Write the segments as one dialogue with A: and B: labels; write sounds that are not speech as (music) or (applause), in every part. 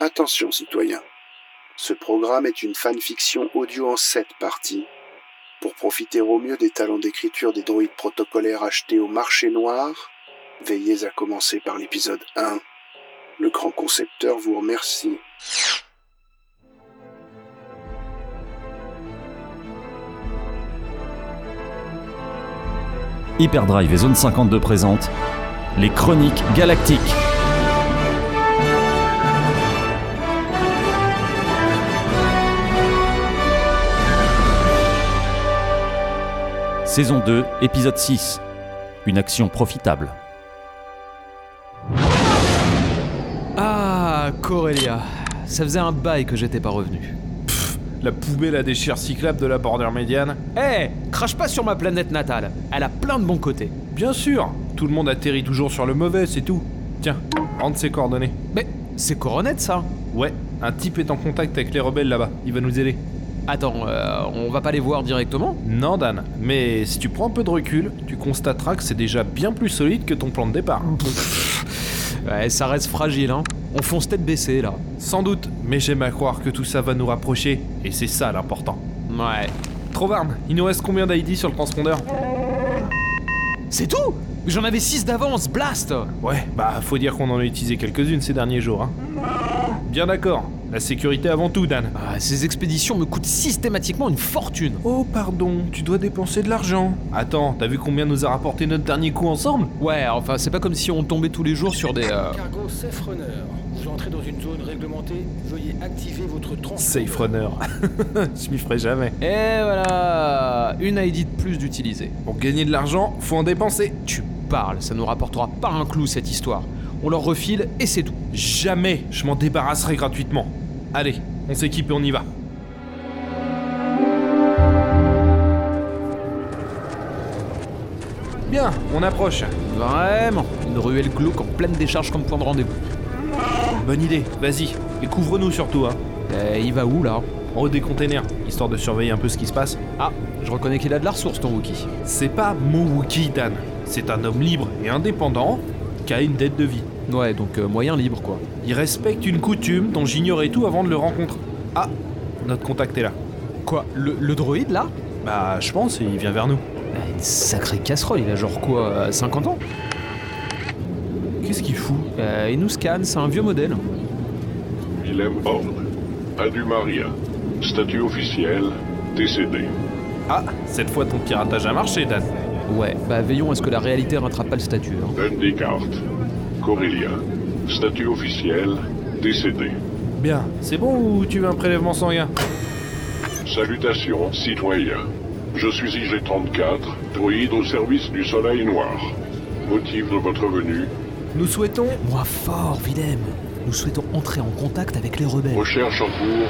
A: Attention citoyens, ce programme est une fanfiction audio en 7 parties. Pour profiter au mieux des talents d'écriture des droïdes protocolaires achetés au marché noir, veillez à commencer par l'épisode 1. Le grand concepteur vous remercie.
B: Hyperdrive et Zone 52 présentent les Chroniques Galactiques. Saison 2, épisode 6. Une action profitable.
C: Ah, Corelia, ça faisait un bail que j'étais pas revenu.
D: La poubelle à déchire cyclable de la bordure médiane
C: Eh, crache pas sur ma planète natale, elle a plein de bons côtés.
D: Bien sûr Tout le monde atterrit toujours sur le mauvais, c'est tout. Tiens, rentre ses coordonnées.
C: Mais c'est Coronet ça
D: Ouais, un type est en contact avec les rebelles là-bas, il va nous aider.
C: Attends, euh, on va pas les voir directement
D: Non Dan, mais si tu prends un peu de recul, tu constateras que c'est déjà bien plus solide que ton plan de départ.
C: Ouais, Eh, ça reste fragile, hein. On fonce tête baissée là.
D: Sans doute, mais j'aime à croire que tout ça va nous rapprocher, et c'est ça l'important.
C: Ouais.
D: Trovarne, il nous reste combien d'ID sur le transpondeur
C: C'est tout Mais J'en avais 6 d'avance, blast
D: Ouais, bah faut dire qu'on en a utilisé quelques-unes ces derniers jours. Hein. Bien d'accord, la sécurité avant tout Dan.
C: Ah, Ces expéditions me coûtent systématiquement une fortune.
D: Oh pardon, tu dois dépenser de l'argent. Attends, t'as vu combien nous a rapporté notre dernier coup ensemble
C: Ouais, enfin, c'est pas comme si on tombait tous les jours sur des. euh,
E: Cargo Safe Runner, vous entrez dans une zone réglementée, veuillez activer votre transpondeur.
D: Safe runner. (laughs) Je m'y ferai jamais.
C: Et Eh, voilà Une ID de plus d'utiliser.
D: Pour gagner de l'argent, faut en dépenser.
C: Tu parles, ça nous rapportera pas un clou cette histoire. On leur refile et c'est tout.
D: Jamais je m'en débarrasserai gratuitement. Allez, on s'équipe et on y va. Bien, on approche.
C: Vraiment, une ruelle glauque en pleine décharge comme point de rendez-vous.
D: Bonne idée, vas-y. Et couvre-nous surtout, hein.
C: Euh, il va où là
D: Oh, des containers, histoire de surveiller un peu ce qui se passe.
C: Ah, je reconnais qu'il a de la ressource ton Wookie.
D: C'est pas Mowuki Dan, c'est un homme libre et indépendant qui a une dette de vie.
C: Ouais, donc euh, moyen libre quoi.
D: Il respecte une coutume dont j'ignorais tout avant de le rencontrer. Ah, notre contact est là.
C: Quoi Le, le droïde là
D: Bah, je pense, il vient vers nous.
C: Bah, Une sacrée casserole, il a genre quoi euh, 50 ans
D: Qu'est-ce qu'il fout
C: Euh, Il nous scanne, c'est un vieux modèle.
F: Willem Horn, Adumaria, statut officiel, décédé.
D: Ah, cette fois ton piratage a marché, Dan.
C: Ouais, bah veillons à ce que la réalité rattrape pas le statut. hein.
F: Dan Descartes, Corelia, statut officiel, décédé.
D: Bien, c'est bon ou tu veux un prélèvement sanguin
F: Salutations, citoyens. Je suis IG-34, droïde au service du Soleil Noir. Motif de votre venue,
D: Nous souhaitons.
C: Moi fort, Willem Nous souhaitons entrer en contact avec les rebelles.
F: recherche en cours,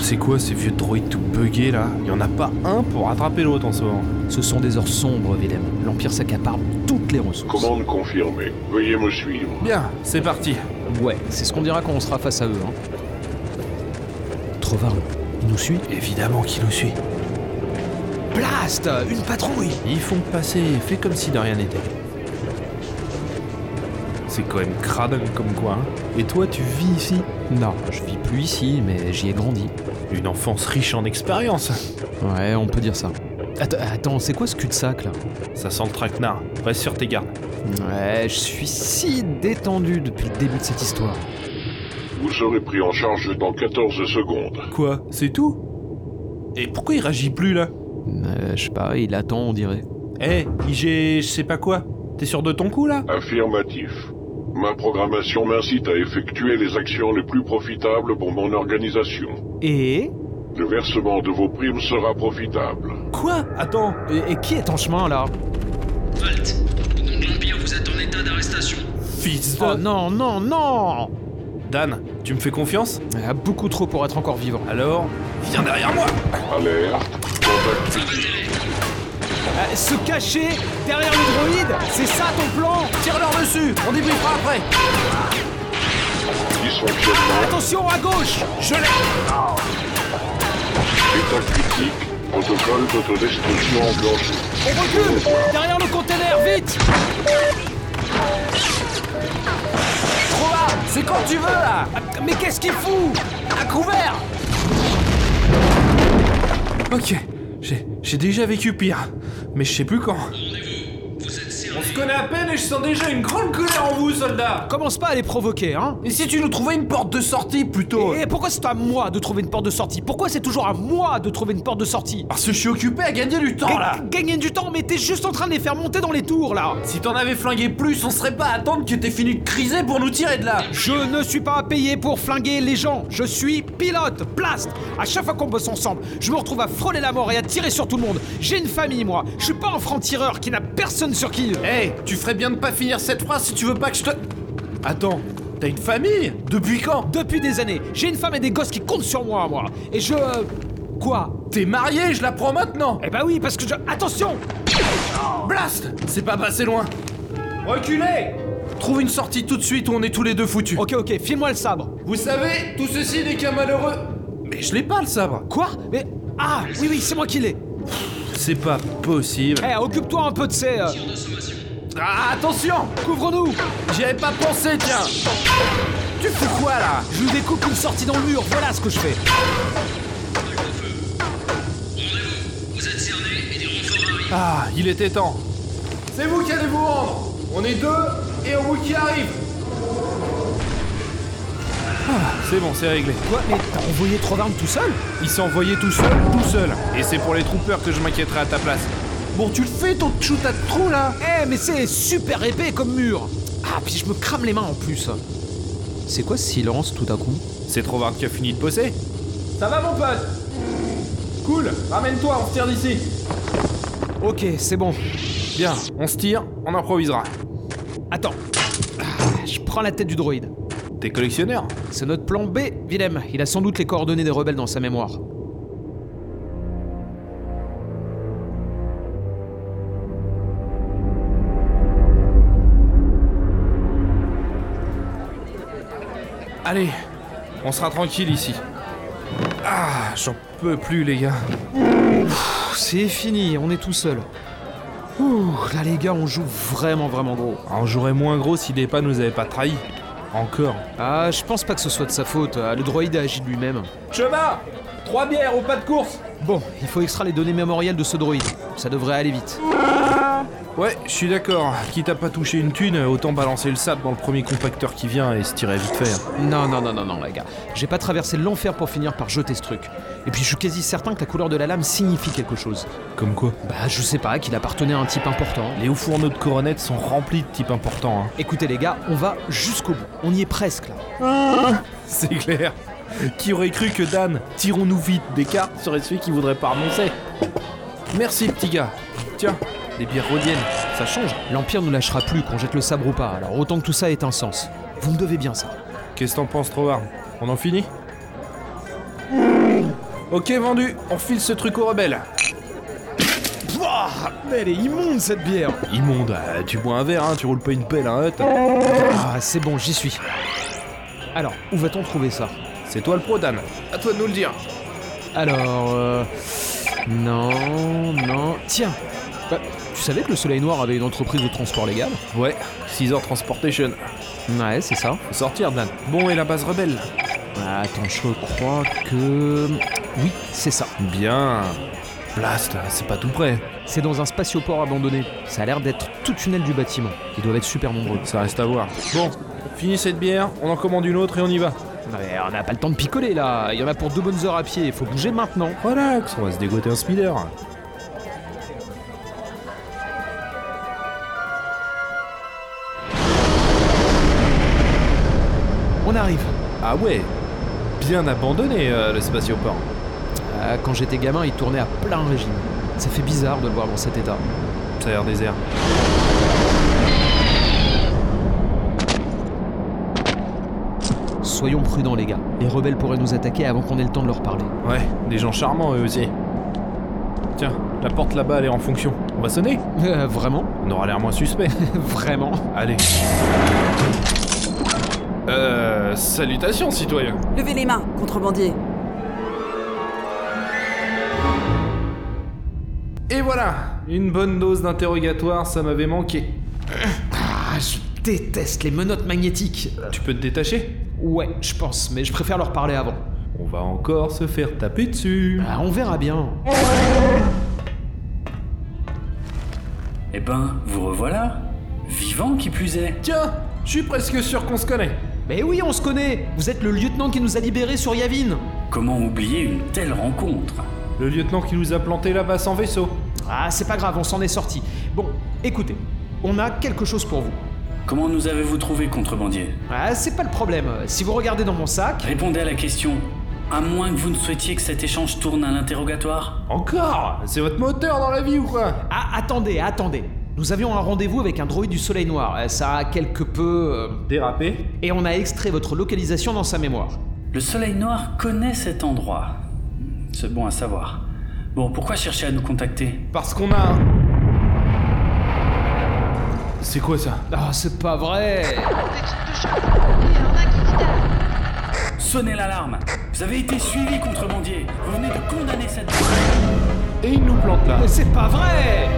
D: C'est quoi ces vieux droïdes tout buggés là Il y en a pas un pour rattraper l'autre en ce moment.
C: Ce sont des heures sombres, Willem. L'Empire s'accapare toutes les ressources.
F: commande confirmée. Veuillez me suivre.
D: Bien, c'est parti.
C: Ouais, c'est ce qu'on dira quand on sera face à eux. Hein. Trovarne, il nous suit
D: Évidemment qu'il nous suit.
C: Blast Une patrouille
D: Ils font passer, fais comme si de rien n'était. C'est quand même crade comme quoi. hein. Et toi, tu vis ici
C: Non, je vis plus ici, mais j'y ai grandi.
D: Une enfance riche en expérience.
C: Ouais, on peut dire ça. Attends, attends, c'est quoi ce cul-de-sac là
D: Ça sent le traquenard. Reste sur tes gardes.
C: Ouais, je suis si détendu depuis le début de cette histoire.
F: Vous serez pris en charge dans 14 secondes.
D: Quoi C'est tout Et pourquoi il réagit plus là
C: Euh, je sais pas, il attend, on dirait.
D: Eh, IG, je sais pas quoi. T'es sûr de ton coup là
F: Affirmatif. Ma programmation m'incite à effectuer les actions les plus profitables pour mon organisation.
C: Et
F: Le versement de vos primes sera profitable.
D: Quoi Attends.
C: Et, et qui est en chemin là
G: Alt, au nom de l'Empire, vous êtes en état d'arrestation.
D: Fils de...
C: Oh non, non, non
D: Dan, tu me fais confiance
C: Ah, Beaucoup trop pour être encore vivant.
D: Alors, viens derrière moi
F: Alerte, contact
C: Ah, se cacher derrière le droïde C'est ça ton plan
D: Tire-leur dessus On débriefera après
F: dysfonctionnement,
C: Attention à gauche
D: Je l'ai
F: état critique, protocole d'autodestruction enclenché.
C: On recule Derrière le container, vite Trop hard C'est quand tu veux là Ah, Mais qu'est-ce qu'il fout À couvert
D: Ok, j'ai j'ai déjà vécu pire, mais je sais plus quand.
G: Vous êtes
D: On se
G: servis.
D: connaît à peine et je sens déjà une grande colère en vous, soldats
C: Commence pas à les provoquer, hein
D: Et si tu nous trouvais une porte de sortie plutôt
C: Et pourquoi c'est à moi de trouver une porte de sortie Pourquoi c'est toujours à moi de trouver une porte de sortie
D: Parce que je suis occupé à gagner du temps là
C: Gagner du temps, mais t'es juste en train de les faire monter dans les tours là
D: Si t'en avais flingué plus, on serait pas à attendre que t'aies fini de criser pour nous tirer de là
C: Je ne suis pas payé pour flinguer les gens. Je suis pilote, blast. À chaque fois qu'on bosse ensemble, je me retrouve à frôler la mort et à tirer sur tout le monde. J'ai une famille, moi. Je suis pas un franc-tireur qui n'a personne sur qui.
D: Eh, tu ferais bien de pas finir cette phrase si tu veux pas que je te. Attends, t'as une famille Depuis quand
C: Depuis des années, j'ai une femme et des gosses qui comptent sur moi, moi. Et je. euh, Quoi
D: T'es marié, je la prends maintenant
C: Eh bah oui, parce que je. Attention
D: Blast C'est pas passé loin Reculez Trouve une sortie tout de suite où on est tous les deux foutus.
C: Ok, ok, file-moi le sabre.
D: Vous savez, tout ceci n'est qu'un malheureux. Mais je l'ai pas le sabre
C: Quoi Mais. Ah Oui, oui, c'est moi qui l'ai.
D: C'est pas possible.
C: Eh, occupe-toi un peu de ces. euh,
D: Ah, attention
C: Couvre-nous
D: J'y avais pas pensé, tiens Tu fous quoi là
C: Je lui découpe une sortie dans le mur, voilà ce que je fais.
G: Rendez-vous. Vous êtes cernés et des renforts arrivent.
D: Ah, il était temps. C'est vous qui allez vous rendre. On est deux et on vous qui arrive. Ah, c'est bon, c'est réglé.
C: Quoi Mais t'as envoyé trois armes tout seul
D: Il s'est envoyé tout seul, tout seul. Et c'est pour les troopers que je m'inquiéterai à ta place. Bon, tu le fais ton shoot à trou là
C: Eh mais c'est super épais comme mur Ah puis je me crame les mains en plus C'est quoi ce silence tout à coup
D: C'est Trovard qui a fini de bosser. Ça va mon pote Cool, ramène-toi, on se tire d'ici.
C: Ok c'est bon.
D: Bien, on se tire, on improvisera.
C: Attends. Ah, Je prends la tête du droïde.
D: T'es collectionneur
C: C'est notre plan B, Willem. Il a sans doute les coordonnées des rebelles dans sa mémoire.
D: Allez, on sera tranquille ici. Ah, j'en peux plus les gars.
C: Pff, C'est fini, on est tout seul. Ouh, là les gars on joue vraiment vraiment gros.
D: Alors j'aurais moins gros si Depa nous avait pas trahi. Encore.
C: Ah je pense pas que ce soit de sa faute, Ah, le droïde a agi de lui-même.
D: Chemin Trois bières au pas de course
C: Bon, il faut extraire les données mémorielles de ce droïde. Ça devrait aller vite.
D: Ouais, je suis d'accord. Quitte à pas toucher une thune, autant balancer le sable dans le premier compacteur qui vient et se tirer vite fait. hein.
C: Non, non, non, non, non, les gars. J'ai pas traversé l'enfer pour finir par jeter ce truc. Et puis je suis quasi certain que la couleur de la lame signifie quelque chose.
D: Comme quoi Bah,
C: Bah, je sais pas, qu'il appartenait à un type important.
D: Les hauts fourneaux de coronettes sont remplis de types importants. Hein.
C: Écoutez, les gars, on va jusqu'au bout. On y est presque là.
D: (laughs) C'est clair. Qui aurait cru que Dan, tirons-nous vite des cartes, serait celui qui voudrait pas renoncer Merci petit gars. Tiens,
C: Eh
D: des bières rodiennes, ça change. hein.
C: L'Empire nous lâchera plus qu'on jette le sabre ou pas, alors autant que tout ça ait un sens. Vous me devez bien ça.
D: Qu'est-ce que t'en penses, Trovard On en finit Hmm. Ok, vendu, on file ce truc aux rebelles.
C: Mais elle est immonde cette bière
D: Immonde, euh, tu bois un verre, hein, tu roules pas une pelle, hein, Hutt.
C: Ah, c'est bon, j'y suis. Alors, où va-t-on trouver ça
D: C'est toi le pro, Dan. À toi de nous le dire.
C: Alors, euh... Non, non... Tiens Bah, Tu savais que le Soleil Noir avait une entreprise de transport légal
D: Ouais, 6 heures transportation.
C: Ouais, c'est ça.
D: Faut sortir, Dan. Bon, et la base rebelle
C: Attends, je crois que... Oui, c'est ça.
D: Bien. Blast, c'est pas tout près.
C: C'est dans un spatioport abandonné. Ça a l'air d'être tout tunnel du bâtiment. Ils doivent être super nombreux.
D: Ça reste à voir. Bon, finis cette bière, on en commande une autre et on y va.
C: Mais on n'a pas le temps de picoler là. Il y en a pour deux bonnes heures à pied. Faut bouger maintenant.
D: Relax, on va se dégoter un speeder.
C: On arrive.
D: Ah ouais Bien abandonné, euh, le spatioport.
C: Ah, quand j'étais gamin, il tournait à plein régime. Ça fait bizarre de le voir dans cet état.
D: Ça a l'air désert.
C: Soyons prudents les gars. Les rebelles pourraient nous attaquer avant qu'on ait le temps de leur parler.
D: Ouais, des gens charmants eux aussi. Tiens, la porte là-bas elle est en fonction. On va sonner
C: Euh, vraiment
D: On aura l'air moins suspect. (laughs)
C: Vraiment
D: Allez. Euh. Salutations, citoyens
H: Levez les mains, contrebandier.
D: Et voilà Une bonne dose d'interrogatoire, ça m'avait manqué.
C: Ah, je déteste les menottes magnétiques. Euh,
D: Tu peux te détacher
C: Ouais, je pense, mais je préfère leur parler avant.
D: On va encore se faire taper dessus.
C: Bah, on verra bien.
H: Eh ben, vous revoilà. Vivant qui plus est.
D: Tiens, je suis presque sûr qu'on se connaît.
C: Mais oui, on se connaît Vous êtes le lieutenant qui nous a libérés sur Yavin
H: Comment oublier une telle rencontre
D: Le lieutenant qui nous a planté là-bas sans vaisseau.
C: Ah, c'est pas grave, on s'en est sorti. Bon, écoutez, on a quelque chose pour vous.
H: Comment nous avez-vous trouvé, contrebandier
C: Ah, c'est pas le problème. Si vous regardez dans mon sac,
H: Répondez à la question. À moins que vous ne souhaitiez que cet échange tourne à l'interrogatoire
D: Encore C'est votre moteur dans la vie ou quoi
C: Ah, attendez, attendez. Nous avions un rendez-vous avec un droïde du Soleil Noir. Euh, Ça a quelque peu... euh,
D: Dérapé
C: Et on a extrait votre localisation dans sa mémoire.
H: Le soleil noir connaît cet endroit. C'est bon à savoir. Bon, pourquoi chercher à nous contacter
D: Parce qu'on a un... C'est quoi ça
C: Ah, c'est pas vrai
H: Sonnez l'alarme Vous avez été suivi, contrebandier Vous venez de condamner cette...
D: Et il nous plante là.
C: Mais c'est pas vrai